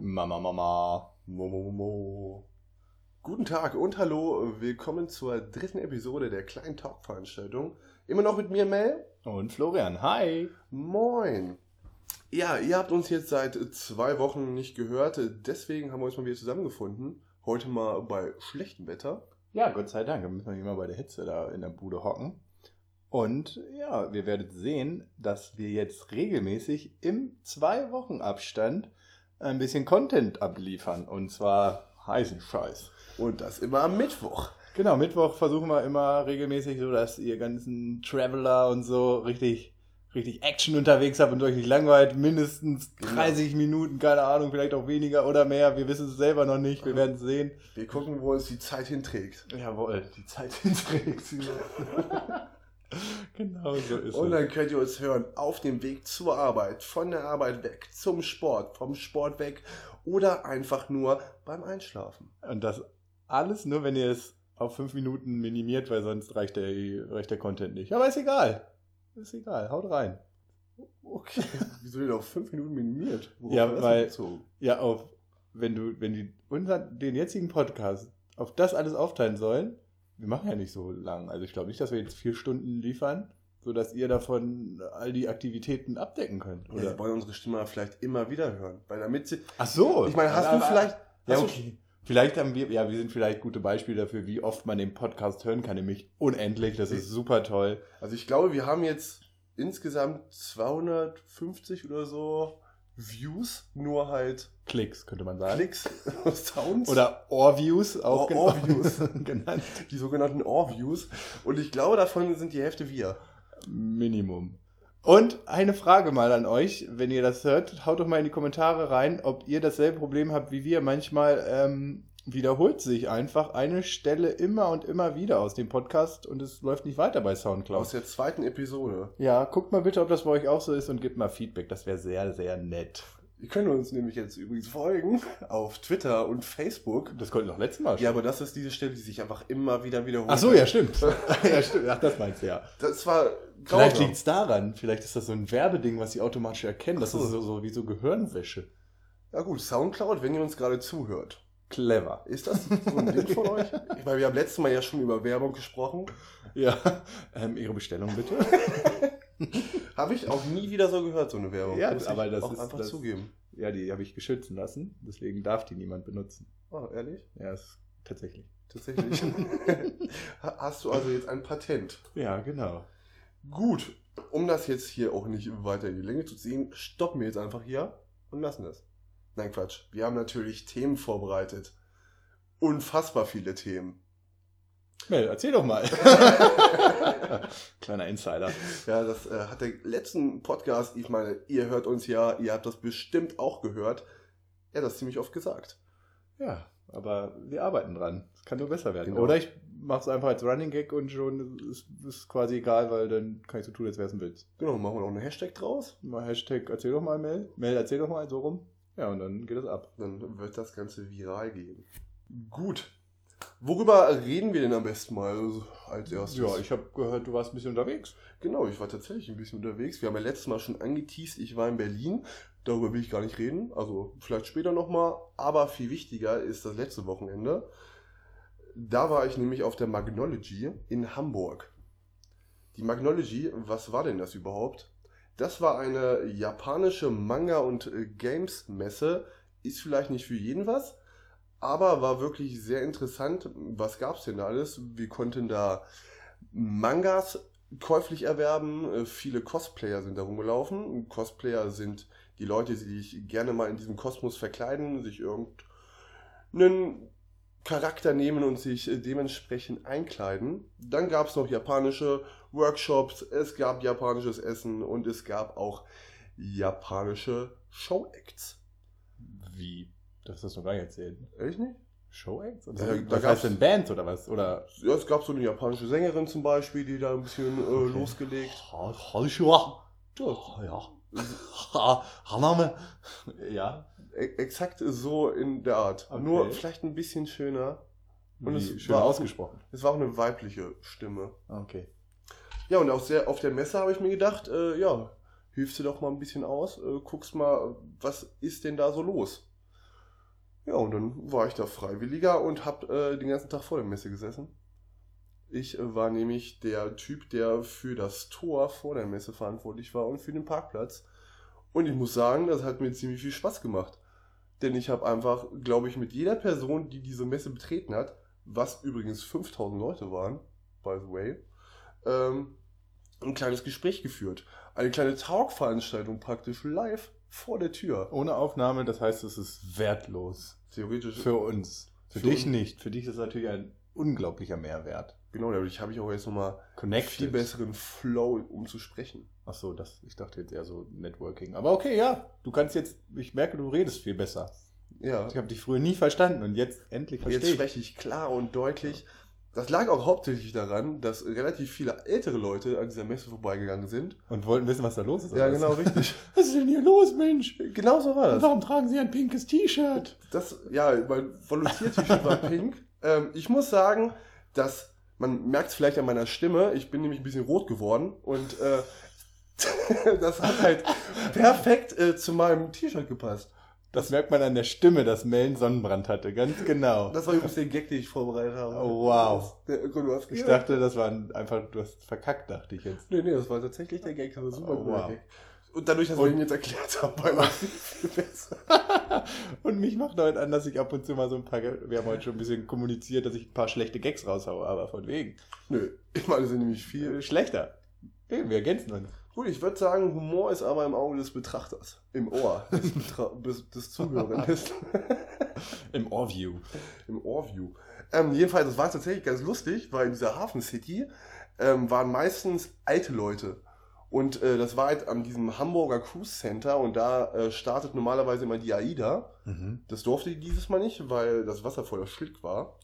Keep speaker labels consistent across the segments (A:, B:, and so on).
A: Mama, Mama, Momomo. Guten Tag und hallo, willkommen zur dritten Episode der kleinen Talk-Veranstaltung. Immer noch mit mir, Mel?
B: Und Florian, hi.
A: Moin. Ja, ihr habt uns jetzt seit zwei Wochen nicht gehört, deswegen haben wir uns mal wieder zusammengefunden. Heute mal bei schlechtem Wetter.
B: Ja, Gott sei Dank, dann müssen wir nicht mal bei der Hitze da in der Bude hocken. Und ja, wir werdet sehen, dass wir jetzt regelmäßig im zwei Wochen Abstand ein bisschen Content abliefern. Und zwar heißen Scheiß.
A: Und das immer am Mittwoch.
B: Genau, Mittwoch versuchen wir immer regelmäßig so, dass ihr ganzen Traveler und so richtig, richtig Action unterwegs habt und euch nicht langweilt. Mindestens 30 Minuten, keine Ahnung, vielleicht auch weniger oder mehr. Wir wissen es selber noch nicht, wir werden es sehen.
A: Wir gucken, wo uns die Zeit hinträgt.
B: Jawohl, die Zeit hinträgt. genau so ist
A: Und
B: es.
A: dann könnt ihr uns hören auf dem Weg zur Arbeit, von der Arbeit weg, zum Sport, vom Sport weg oder einfach nur beim Einschlafen.
B: Und das alles nur, wenn ihr es auf 5 Minuten minimiert, weil sonst reicht der, reicht der Content nicht. Aber ist egal. Ist egal, haut rein.
A: Okay, wieso denn auf fünf Minuten minimiert? Worauf
B: Ja,
A: hat das
B: weil-
A: bezogen?
B: Ja, auf, wenn du, wenn die unseren, den jetzigen Podcast auf das alles aufteilen sollen, wir machen ja nicht so lang. Also ich glaube nicht, dass wir jetzt vier Stunden liefern, sodass ihr davon all die Aktivitäten abdecken könnt.
A: Ja,
B: Oder?
A: wir wollen unsere Stimme vielleicht immer wieder hören. Weil damit sie.
B: Ach so.
A: Ich meine, hast
B: Aber-
A: du vielleicht.
B: Ja,
A: hast du-
B: okay. Vielleicht haben wir, ja, wir sind vielleicht gute Beispiele dafür, wie oft man den Podcast hören kann, nämlich unendlich. Das ist super toll.
A: Also ich glaube, wir haben jetzt insgesamt 250 oder so Views, nur halt
B: Klicks, könnte man sagen.
A: Klicks, Sounds.
B: Oder Ohrviews, auch
A: Ohr- Ohrviews.
B: genannt.
A: die sogenannten Ohr-Views. Und ich glaube, davon sind die Hälfte wir.
B: Minimum. Und eine Frage mal an euch, wenn ihr das hört, haut doch mal in die Kommentare rein, ob ihr dasselbe Problem habt wie wir. Manchmal ähm, wiederholt sich einfach eine Stelle immer und immer wieder aus dem Podcast und es läuft nicht weiter bei
A: Aus
B: Soundcloud.
A: der zweiten Episode.
B: Ja, guckt mal bitte, ob das bei euch auch so ist und gebt mal Feedback. Das wäre sehr, sehr nett.
A: Ihr könnt uns nämlich jetzt übrigens folgen auf Twitter und Facebook.
B: Das konnten wir doch letztes Mal
A: Ja, aber das ist diese Stelle, die sich einfach immer wieder wiederholt.
B: Ach so, ja, stimmt. ja, stimmt. Ach, das meinst du ja.
A: Das war
B: Vielleicht
A: grausam.
B: liegt es daran, vielleicht ist das so ein Werbeding, was sie automatisch erkennen. Das
A: Ach so.
B: ist so, so wie so Gehirnwäsche.
A: Ja gut, Soundcloud, wenn ihr uns gerade zuhört.
B: Clever.
A: Ist das so ein Ding von euch? Ich meine, wir haben letztes Mal ja schon über Werbung gesprochen.
B: Ja. Ähm, ihre Bestellung bitte.
A: Habe ich auch nie wieder so gehört, so eine Werbung.
B: Ja,
A: Muss
B: aber
A: ich
B: das
A: auch
B: ist-
A: einfach
B: das-
A: zugeben.
B: ja, die habe ich geschützen lassen. Deswegen darf die niemand benutzen.
A: Oh, ehrlich?
B: Ja, ist tatsächlich.
A: Tatsächlich. Ha- Hast du also jetzt ein Patent?
B: Ja, genau.
A: Gut, um das jetzt hier auch nicht weiter in die Länge zu ziehen, stoppen wir jetzt einfach hier und lassen das. Nein, Quatsch. Wir haben natürlich Themen vorbereitet. Unfassbar viele Themen.
B: Mel, erzähl doch mal. Kleiner Insider.
A: Ja, das äh, hat der letzten Podcast, ich meine, ihr hört uns ja, ihr habt das bestimmt auch gehört. Er hat das ziemlich oft gesagt.
B: Ja, aber wir arbeiten dran. Es kann nur besser werden.
A: Genau.
B: Oder ich mach's einfach als Running Gag und schon ist, ist quasi egal, weil dann kann ich so tun, als wär's ein Witz.
A: Genau, machen wir noch einen Hashtag draus.
B: Mal Hashtag erzähl doch mal, Mel. Mel, erzähl doch mal, so rum. Ja, und dann geht es ab.
A: Dann wird das Ganze viral gehen. Gut. Worüber reden wir denn am besten mal also als erstes?
B: Ja, ich habe gehört, du warst ein bisschen unterwegs.
A: Genau, ich war tatsächlich ein bisschen unterwegs. Wir haben ja letztes Mal schon angeteased, ich war in Berlin. Darüber will ich gar nicht reden, also vielleicht später nochmal. Aber viel wichtiger ist das letzte Wochenende. Da war ich nämlich auf der Magnology in Hamburg. Die Magnology, was war denn das überhaupt? Das war eine japanische Manga- und äh, Games-Messe. Ist vielleicht nicht für jeden was, aber war wirklich sehr interessant. Was gab's denn da alles? Wir konnten da Mangas käuflich erwerben. Äh, Viele Cosplayer sind da rumgelaufen. Cosplayer sind die Leute, die sich gerne mal in diesem Kosmos verkleiden, sich irgendeinen Charakter nehmen und sich äh, dementsprechend einkleiden. Dann gab es noch japanische Workshops, es gab japanisches Essen und es gab auch japanische Showacts.
B: Wie? Das hast du noch gar nicht erzählt. ne?
A: Ehrlich nicht?
B: Showacts?
A: Ja,
B: Oder
A: da
B: was heißt
A: gab's-
B: denn Bands oder was? Oder
A: Ja, es gab so eine japanische Sängerin zum Beispiel, die da ein bisschen äh,
B: Okay.
A: losgelegt.
B: Halschuhe. Ja. Haname. Ja.
A: E exakt so in der Art.
B: Okay.
A: Nur vielleicht ein bisschen schöner. Und
B: Und
A: es
B: es schön
A: war-
B: ausgesprochen.
A: Es war auch eine weibliche Stimme.
B: Okay.
A: Ja, und auch sehr auf der Messe habe ich mir gedacht, äh, ja, hilfst du doch mal ein bisschen aus, äh, guckst mal, was ist denn da so los? Ja, und dann war ich da Freiwilliger und hab äh, den ganzen Tag vor der Messe gesessen. Ich äh, war nämlich der Typ, der für das Tor vor der Messe verantwortlich war und für den Parkplatz. Und ich muss sagen, das hat mir ziemlich viel Spaß gemacht. Denn ich habe einfach, glaube ich, mit jeder Person, die diese Messe betreten hat, was übrigens 5000 Leute waren, by the way, ähm, ein kleines Gespräch geführt. Eine kleine Talk-Veranstaltung praktisch live vor der Tür.
B: Ohne Aufnahme, das heißt, es ist wertlos.
A: Theoretisch.
B: Für uns. Für,
A: Für
B: dich
A: uns.
B: nicht. Für dich ist es natürlich ein unglaublicher Mehrwert.
A: Genau, dadurch habe ich auch jetzt nochmal
B: Connected.
A: viel besseren Flow, um zu sprechen.
B: Achso, das, ich dachte jetzt eher so Networking. Aber okay, ja. Du kannst jetzt, ich merke, du redest viel besser.
A: Ja,
B: Ich habe dich früher nie verstanden und jetzt endlich
A: jetzt
B: verstehe ich.
A: spreche ich klar und deutlich. Das lag auch hauptsächlich daran, dass relativ viele ältere Leute an dieser Messe vorbeigegangen sind.
B: Und wollten wissen, was da los ist.
A: Ja,
B: oder was?
A: genau, richtig.
B: Was ist denn hier los, Mensch?
A: genau so war das.
B: Warum tragen Sie ein pinkes T-Shirt?
A: Das, ja, mein Volunteer-T-Shirt war pink. Ähm, ich muss sagen, dass man merkt es vielleicht an meiner Stimme. Ich bin nämlich ein bisschen rot geworden und äh, das hat halt perfekt äh, zu meinem T-Shirt gepasst.
B: Das merkt man an der Stimme, dass Mel Sonnenbrand hatte. Ganz genau.
A: Das war übrigens der Gag, den ich vorbereitet habe.
B: Oh, wow.
A: Der, gut, du hast
B: Ich
A: gedacht.
B: dachte, das war ein- einfach, du hast verkackt, dachte ich jetzt.
A: Nee, nee, das war tatsächlich der Gag. Das war ein super
B: Oh,
A: guter
B: wow.
A: Gag. Und dadurch, dass wir
B: Und-
A: ihn jetzt erklärt haben, war immer viel, viel besser.
B: Und mich macht heute an, dass ich ab und zu mal so ein paar, wir haben heute schon ein bisschen kommuniziert, dass ich ein paar schlechte Gags raushaue, aber von wegen.
A: Nö, ich meine, das sind nämlich viel.
B: Viel schlechter. Eben, wir ergänzen uns.
A: Gut, ich würde sagen, Humor ist aber im Auge des Betrachters. Im Ohr des, Betra des, des Zuhörers.
B: Im Orview.
A: Im Ohrview. Ähm, jedenfalls, das war tatsächlich ganz lustig, weil in dieser Hafen City ähm, waren meistens alte Leute. Und äh, das war halt an diesem Hamburger Cruise Center und da äh, startet normalerweise immer die AIDA.
B: Mhm.
A: Das durfte die dieses Mal nicht, weil das Wasser voller Schlick war.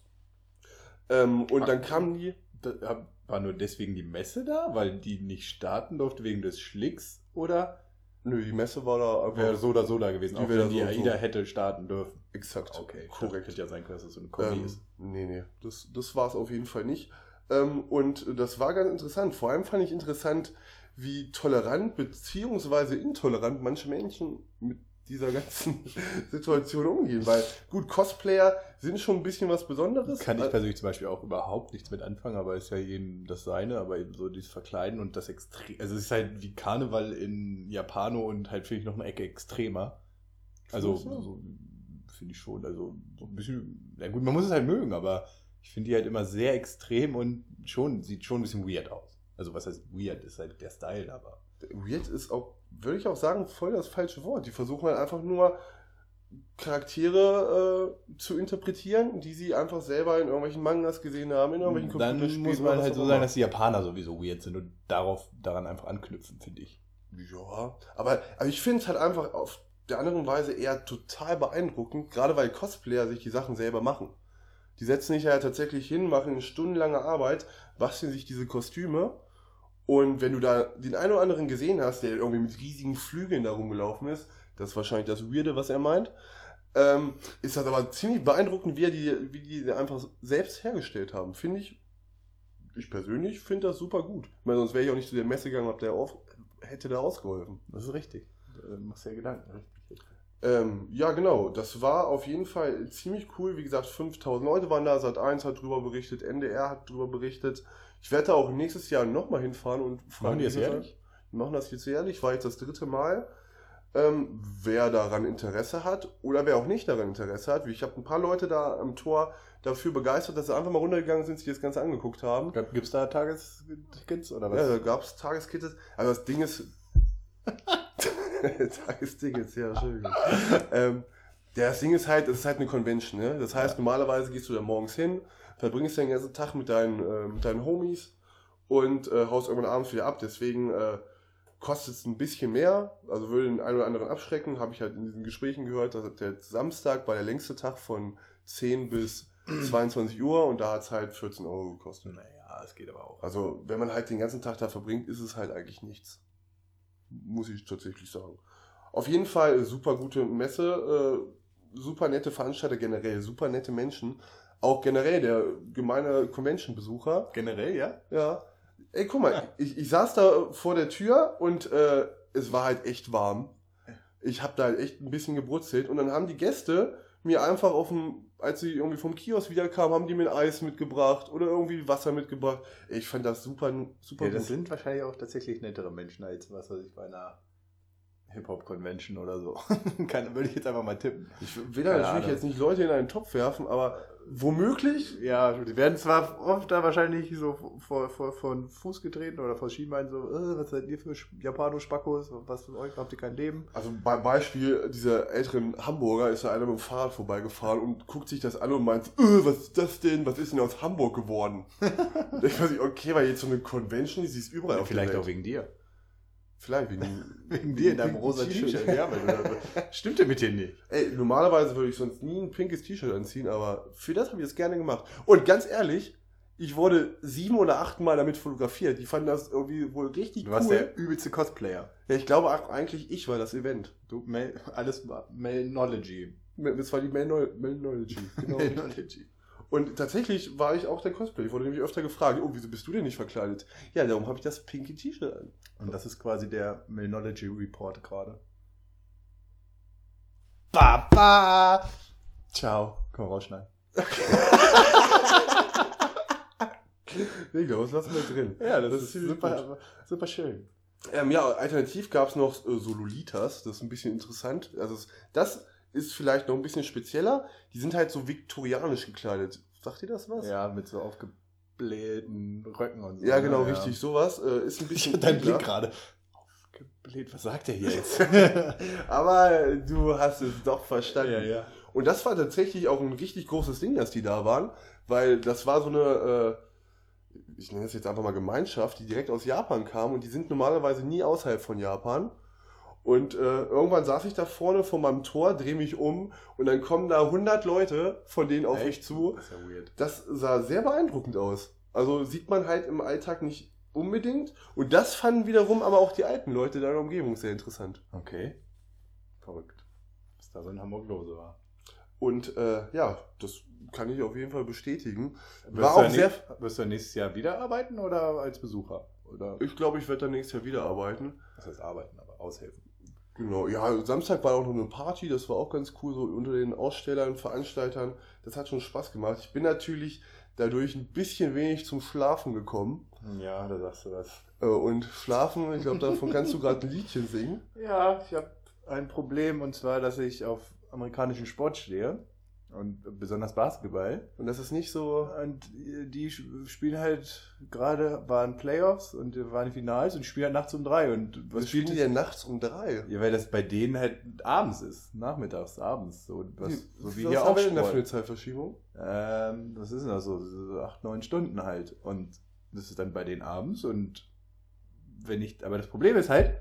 A: Ähm, und dann kamen die.
B: Da war nur deswegen die Messe da, weil die nicht starten durfte wegen des Schlicks oder
A: Nö, die Messe war da einfach.
B: wäre so oder so da gewesen,
A: Die
B: auch
A: wäre
B: wenn Oh. die
A: so und so.
B: AIDA hätte starten dürfen.
A: Exakt.
B: korrekt.
A: korrekt.
B: Hätte ja sein können, dass es so ein Kombi
A: Ähm,
B: ist.
A: nee, nee, das, das war es auf jeden Fall nicht. Ähm, und das war ganz interessant. Vor allem fand ich interessant, wie tolerant bzw. intolerant manche Menschen mit dieser ganzen Situation umgehen. Weil, gut, Cosplayer sind schon ein bisschen was Besonderes.
B: Kann ich
A: Äh,
B: persönlich zum Beispiel auch überhaupt nichts mit anfangen, aber ist ja jedem das Seine, aber eben so dieses Verkleiden und das Extrem. Also es ist halt wie Karneval in Japano und halt finde ich noch eine Ecke extremer. Also
A: Findest du?
B: so, finde ich schon, also so ein bisschen, na gut, man muss es halt mögen, aber ich finde die halt immer sehr extrem und schon, sieht schon ein bisschen weird aus. Also was heißt weird, ist halt der Style, aber
A: Weird ist auch, würde ich auch sagen, voll das falsche Wort. Die versuchen halt einfach nur Charaktere äh, zu interpretieren, die sie einfach selber in irgendwelchen Mangas gesehen haben, in irgendwelchen
B: dann
A: Computerspielen
B: muss
A: oder
B: man
A: was
B: halt
A: auch
B: so
A: immer.
B: sein, dass die Japaner sowieso weird sind und darauf, daran einfach anknüpfen, finde ich.
A: Ja, aber, aber ich finde es halt einfach auf der anderen Weise eher total beeindruckend, gerade weil Cosplayer sich die Sachen selber machen. Die setzen sich ja tatsächlich hin, machen eine stundenlange Arbeit, basteln sich diese Kostüme. Und wenn du da den einen oder anderen gesehen hast, der irgendwie mit riesigen Flügeln da rumgelaufen ist, das ist wahrscheinlich das Weirde, was er meint, ähm, ist das aber ziemlich beeindruckend, wie, er die, wie die die einfach selbst hergestellt haben. Finde ich, ich persönlich finde das super gut. Ich meine, sonst wäre ich auch nicht zu der Messe gegangen, hab der auf, hätte da ausgeholfen.
B: Das ist richtig. Du machst ja Gedanken.
A: Ähm, ja, genau. Das war auf jeden Fall ziemlich cool. Wie gesagt, 5000 Leute waren da. Sat1 hat drüber berichtet, NDR hat drüber berichtet. Ich werde da auch nächstes Jahr nochmal hinfahren und
B: Machen die das
A: wie gesagt,
B: jährlich?
A: die machen das jetzt jährlich. War jetzt das dritte Mal. Ähm, wer daran Interesse hat oder wer auch nicht daran Interesse hat. Wie Ich habe ein paar Leute da am Tor dafür begeistert, dass sie einfach mal runtergegangen sind, sich das Ganze angeguckt haben.
B: Gibt es da Tagestickets oder was?
A: Ja, da gab es Tageskittes. Also das Ding ist. Tagestickets, ja, schön. ähm, das Ding ist halt, es ist halt eine Convention, ne? Das heißt, normalerweise gehst du da morgens hin, verbringst den ganzen Tag mit deinen, äh, mit deinen Homies und äh, haust irgendwann abends wieder ab. Deswegen äh, kostet es ein bisschen mehr, also würde den einen oder anderen abschrecken. Habe ich halt in diesen Gesprächen gehört, dass der Samstag war der längste Tag von 10 bis 22 Uhr und da hat es halt 14 Euro gekostet.
B: Naja, es geht aber auch.
A: Also, wenn man halt den ganzen Tag da verbringt, ist es halt eigentlich nichts. Muss ich tatsächlich sagen. Auf jeden Fall äh, super gute Messe, äh, super nette Veranstalter generell, super nette Menschen. Auch generell der gemeine Convention-Besucher.
B: Generell, ja?
A: Ja. Ey, guck mal, ich, ich saß da vor der Tür und äh, es war halt echt warm. Ich habe da halt echt ein bisschen gebrutzelt und dann haben die Gäste mir einfach auf dem, als sie irgendwie vom Kiosk wiederkamen, haben die mir ein Eis mitgebracht oder irgendwie Wasser mitgebracht. Ich fand das super, super
B: Ja, das sind wahrscheinlich auch tatsächlich nettere Menschen als was weiß ich bei einer Hip-Hop-Convention oder so. Kann, würde ich jetzt einfach mal tippen.
A: Ich will da
B: Keine
A: natürlich
B: Ahnung.
A: jetzt nicht Leute in einen Topf werfen, aber womöglich.
B: Ja, die werden zwar oft da wahrscheinlich so vor, vor, von Fuß getreten oder vor Schienbein so, äh, was seid ihr für Sch- Japano-Spackos, was von euch, habt ihr kein Leben?
A: Also beim Beispiel dieser älteren Hamburger ist da einer mit dem Fahrrad vorbeigefahren und guckt sich das an und meint, öh, was ist das denn? Was ist denn aus Hamburg geworden? Und ich weiß nicht, okay, weil jetzt so eine Convention, die siehst du überall auf der Welt.
B: wegen dir.
A: Vielleicht wegen,
B: Wegen dir in deinem rosa T-Shirt.
A: Ja, wenn du da-
B: Stimmt denn mit dir nicht?
A: Ey, normalerweise würde ich sonst nie ein pinkes T-Shirt anziehen, aber für das habe ich das gerne gemacht. Und ganz ehrlich, ich wurde sieben oder acht Mal damit fotografiert. Die fanden das irgendwie wohl richtig
B: Du
A: cool.
B: warst der übelste Cosplayer.
A: Ja, ich glaube auch eigentlich, ich war das Event.
B: Du, Mel, alles war Melnology.
A: Me- Das war die Melno- Melnology. Genau.
B: Melnology.
A: Und tatsächlich war ich auch der Cosplay. Ich wurde nämlich öfter gefragt, oh, wieso bist du denn nicht verkleidet? Ja, darum habe ich das pinke T-Shirt an.
B: Und das ist quasi der Melnology Report gerade. Baba! Ciao. Komm rausschneiden.
A: Nee, ich glaube, das lassen wir drin.
B: Ja, das,
A: Das
B: ist,
A: ist
B: super, super schön.
A: Ähm, ja, alternativ gab es noch äh, Sololitas, das ist ein bisschen interessant. Also es- das ist vielleicht noch ein bisschen spezieller. Die sind halt so viktorianisch gekleidet. Sagt ihr das was?
B: Ja, mit so aufgeblähten Röcken und so.
A: Ja, genau,
B: ne?
A: richtig. Sowas äh, ist ein bisschen.
B: Dein
A: edler.
B: Blick gerade. Aufgebläht, was sagt der hier jetzt?
A: Aber äh, du hast es doch verstanden.
B: ja.
A: Und das war tatsächlich auch ein richtig großes Ding, dass die da waren, weil das war so eine, äh, ich nenne es jetzt einfach mal Gemeinschaft, die direkt aus Japan kam und die sind normalerweise nie außerhalb von Japan. Und äh, irgendwann saß ich da vorne vor meinem Tor, drehe mich um und dann kommen da 100 Leute von denen auf mich
B: Echt?
A: zu.
B: Das ist ja weird.
A: Das sah sehr beeindruckend aus. Also sieht man halt im Alltag nicht unbedingt. Und das fanden wiederum aber auch die alten Leute deiner Umgebung sehr interessant.
B: Okay. Verrückt. Was da so in Hamburg los war.
A: Und äh, ja, das kann ich auf jeden Fall bestätigen. War
B: Wirst du
A: auch
B: ja
A: sehr-
B: nä- Wirst du nächstes Jahr wieder arbeiten oder als Besucher? Oder?
A: Ich glaube, ich werde dann nächstes Jahr wieder arbeiten.
B: Das heißt arbeiten, aber aushelfen.
A: Genau, ja, Samstag war auch noch eine Party, das war auch ganz cool, so unter den Ausstellern, Veranstaltern. Das hat schon Spaß gemacht. Ich bin natürlich dadurch ein bisschen wenig zum Schlafen gekommen.
B: Ja, da sagst du was.
A: Äh, Und schlafen, ich glaube, davon kannst du gerade ein Liedchen singen.
B: Ja, ich habe ein Problem und zwar, dass ich auf amerikanischen Sport stehe und besonders Basketball.
A: Und das ist nicht so.
B: Und die sch- spielen halt gerade, waren Playoffs und waren Finals und spielen halt nachts um drei. Und
A: Was
B: was
A: spielen
B: spielt
A: die
B: ihr?
A: denn nachts um drei?
B: Ja, weil das bei denen halt abends ist, nachmittags, abends. So, Hm. was, so wie
A: Hm, was
B: hier
A: haben
B: auch
A: wir denn da für eine
B: Sport.
A: Zeitverschiebung?
B: Ähm, was ist denn das so? so? Acht, neun Stunden halt. Und das ist dann bei denen abends und wenn ich, aber das Problem ist halt,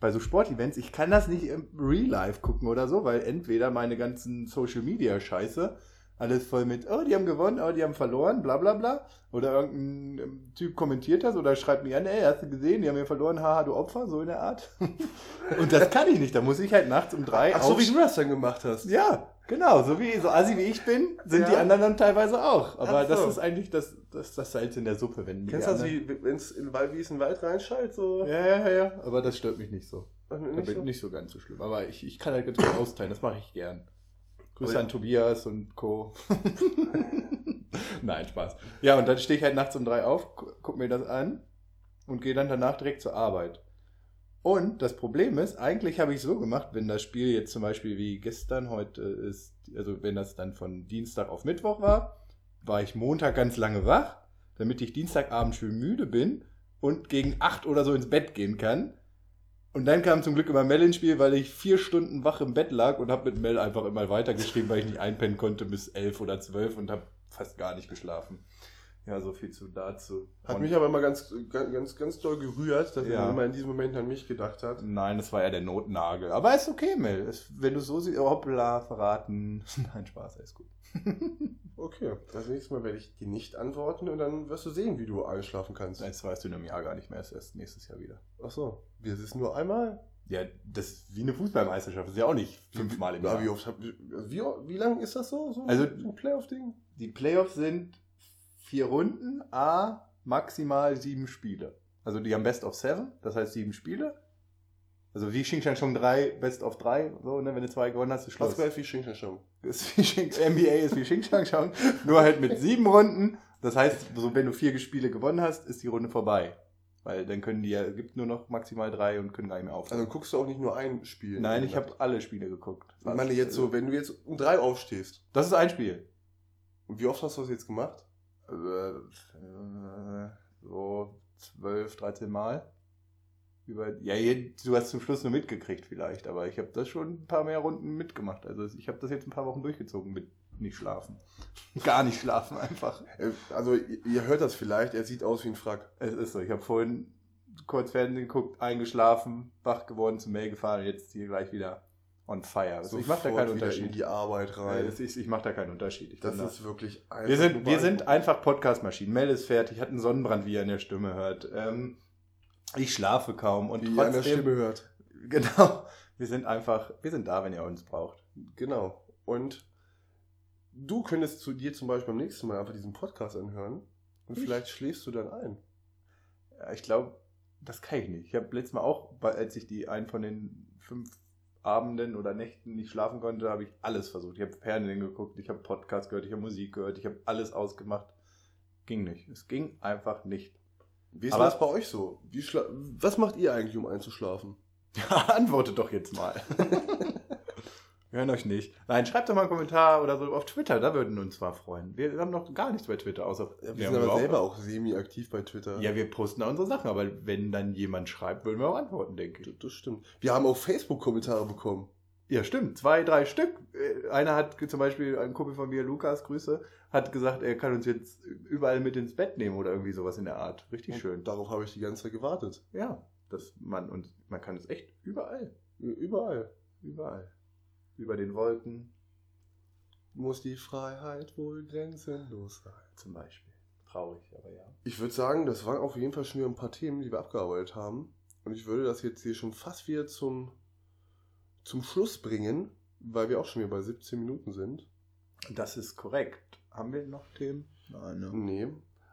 B: bei so Sportevents, ich kann das nicht im Real Life gucken oder so, weil entweder meine ganzen Social Media Scheiße, alles voll mit, oh, die haben gewonnen, oh, die haben verloren, bla bla bla. Oder irgendein ähm, Typ kommentiert das oder schreibt mir an, ey, hast du gesehen, die haben hier verloren, haha, du Opfer, so in der Art. Und das kann ich nicht, da muss ich halt nachts um drei
A: Ach so, wie
B: aufstehen.
A: du das dann gemacht hast.
B: Ja, genau. So wie so assi wie ich bin, sind
A: Ja.
B: die anderen dann teilweise auch. Aber
A: Ach so.
B: das ist eigentlich das, das, das Salz in der Suppe, wenn die
A: Kennst du das,
B: anderen-
A: wie wenn es in Wald, wie es in den Wald reinschallt? So?
B: Ja, ja, ja. Aber das stört mich nicht so. Da
A: Nicht
B: bin
A: so?
B: nicht so ganz so schlimm. Aber ich, ich kann halt ganz gut austeilen. Das mache ich gern. Grüße
A: Aber-
B: an Tobias und Co. Nein, Spaß. Ja, und dann stehe ich halt nachts um drei auf, gu- guck mir das an und gehe dann danach direkt zur Arbeit. Und das Problem ist, eigentlich habe ich so gemacht, wenn das Spiel jetzt zum Beispiel wie gestern heute ist, also wenn das dann von Dienstag auf Mittwoch war, war ich Montag ganz lange wach, damit ich Dienstagabend schön müde bin und gegen acht oder so ins Bett gehen kann. Und dann kam zum Glück immer Mel ins Spiel, weil ich vier Stunden wach im Bett lag und habe mit Mel einfach immer weitergeschrieben, weil ich nicht einpennen konnte bis elf oder zwölf und habe fast gar nicht geschlafen. Ja, so viel zu dazu.
A: Hat
B: Und-
A: mich aber immer ganz, ganz, ganz, ganz doll gerührt, dass
B: Ja.
A: er immer in diesem Moment an mich gedacht hat.
B: Nein, das war ja der Notnagel. Aber ist okay, Mel. Es- wenn du so siehst, oh, hoppla, verraten. Nein, Spaß, alles gut.
A: Okay, das nächste Mal werde ich dir nicht antworten und dann wirst du sehen, wie du einschlafen kannst.
B: Das weißt du in einem Jahr gar nicht mehr. Es ist erst nächstes Jahr wieder.
A: Ach so, wir sitzen nur einmal.
B: Ja, das ist wie eine Fußballmeisterschaft. Das ist ja auch nicht fünfmal im
A: Ja, wie
B: Jahr.
A: oft hab, wie, wie lang ist das so? so
B: Also-
A: ein Playoff-Ding?
B: Die Playoffs sind vier Runden, a maximal sieben Spiele. Also die haben Best of Seven, das heißt sieben Spiele. Also wie Xing Shang Chong 3, Best of 3, so, ne? Wenn du zwei gewonnen hast, ist Schluss.
A: Was wäre wie Xing Shang Shang?
B: Ist wie Xing, NBA ist wie Xing Shang Chong, nur halt mit sieben Runden. Das heißt, so wenn du vier Spiele gewonnen hast, ist die Runde vorbei. Weil dann können die ja, gibt nur noch maximal drei und können gar nicht mehr aufhören.
A: Also guckst du auch nicht nur ein Spiel.
B: Nein, ich habe alle Spiele geguckt.
A: Also,
B: Also,
A: Ich meine jetzt so, wenn du jetzt um drei aufstehst,
B: Das ist ein Spiel.
A: und wie oft hast du das jetzt gemacht?
B: Äh, äh, So zwölf, dreizehn Mal. Über, ja, je- du hast zum Schluss nur mitgekriegt vielleicht, aber ich habe das schon ein paar mehr Runden mitgemacht. Also ich habe das jetzt ein paar Wochen durchgezogen mit nicht schlafen. Gar nicht schlafen einfach.
A: Äh, Also ihr ihr hört das vielleicht, er sieht aus wie ein Frack.
B: Es ist so, ich habe vorhin kurz Fernsehen geguckt, eingeschlafen, wach geworden, zum Mail gefahren, jetzt hier gleich wieder on fire. Also ich mache da
A: Sofort
B: keinen
A: wieder in
B: Unterschied.
A: die Arbeit
B: Äh,
A: rein.
B: es ist- Ich mache da keinen Unterschied. Ich
A: das
B: bin da-
A: ist wirklich einfach nur
B: wir sind, wir sind
A: beeindruckend.
B: einfach Podcast-Maschinen. Mel ist fertig, hat einen Sonnenbrand, wie er in der Stimme hört. Ähm, ich schlafe kaum und
A: wie ihr an der
B: trotzdem.
A: Stimme hört.
B: Genau. Wir sind einfach, wir sind da, wenn ihr uns braucht.
A: Genau. Und du könntest zu dir zum Beispiel beim nächsten Mal einfach diesen Podcast anhören und
B: Ich?
A: vielleicht schläfst du dann ein.
B: Ja, Ich glaube, das kann ich nicht. Ich habe letztes Mal auch, bei- als ich die einen von den fünf Abenden oder Nächten nicht schlafen konnte, habe ich alles versucht. Ich habe Fernsehen geguckt, ich habe Podcast gehört, ich habe Musik gehört, ich habe alles ausgemacht. Ging nicht. Es ging einfach nicht.
A: Wie ist
B: Aber-
A: denn das bei euch so? Wie schla was macht ihr eigentlich, um einzuschlafen?
B: Antwortet doch jetzt mal. Wir hören euch nicht. Nein, schreibt doch mal einen Kommentar oder so auf Twitter, da würden uns zwar freuen. Wir haben noch gar nichts bei Twitter, außer
A: Wir
B: Ja,
A: sind aber
B: auch-
A: selber auch semi-aktiv bei Twitter.
B: Ja, wir posten da unsere Sachen, aber wenn dann jemand schreibt, würden wir auch antworten, denke ich.
A: Das- Das stimmt. Wir haben auch Facebook-Kommentare bekommen.
B: Ja, stimmt. Zwei, drei Stück. Äh, Einer hat ge- zum Beispiel, ein Kumpel von mir, Lukas, Grüße, hat gesagt, er kann uns jetzt überall mit ins Bett nehmen oder irgendwie sowas in der Art. Richtig
A: Und
B: schön.
A: Darauf habe ich die ganze Zeit gewartet.
B: Ja, dass man uns, man kann uns echt überall,
A: Überall.
B: überall. Über den Wolken
A: Muss die Freiheit wohl grenzenlos sein.
B: zum Beispiel. Traurig, aber ja.
A: Ich würde sagen, das waren auf jeden Fall schon wieder ein paar Themen, die wir abgearbeitet haben. Und ich würde das jetzt hier schon fast wieder zum, zum Schluss bringen, weil wir auch schon wieder bei 17 Minuten sind.
B: Das ist korrekt. Haben wir noch Themen? Nein, ne?
A: Nee.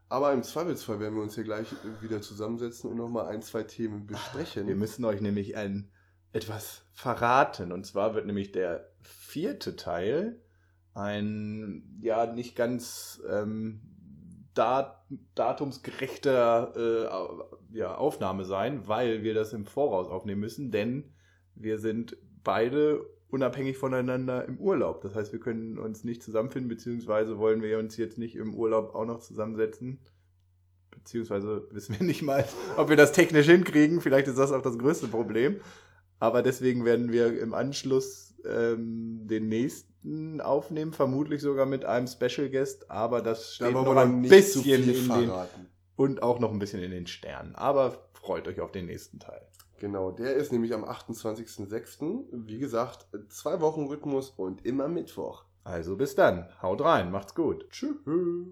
A: Aber im Zweifelsfall werden wir uns hier gleich wieder zusammensetzen und nochmal ein, zwei Themen besprechen.
B: Wir müssen euch nämlich ein, etwas verraten. Und zwar wird nämlich der vierte Teil ein, ja, nicht ganz ähm, dat, datumsgerechter äh, ja, Aufnahme sein, weil wir das im Voraus aufnehmen müssen, denn wir sind beide unabhängig voneinander im Urlaub. Das heißt, wir können uns nicht zusammenfinden, beziehungsweise wollen wir uns jetzt nicht im Urlaub auch noch zusammensetzen. Beziehungsweise wissen wir nicht mal, ob wir das technisch hinkriegen. Vielleicht ist das auch das größte Problem. Aber deswegen werden wir im Anschluss ähm, den nächsten aufnehmen, vermutlich sogar mit einem Special Guest. Aber das steht noch ein bisschen in den, und auch noch ein bisschen in den Sternen. Aber freut euch auf den nächsten Teil.
A: Genau, der ist nämlich am 28.06. Wie gesagt, zwei Wochen Rhythmus und immer Mittwoch.
B: Also bis dann, haut rein, macht's gut.
A: Tschüss.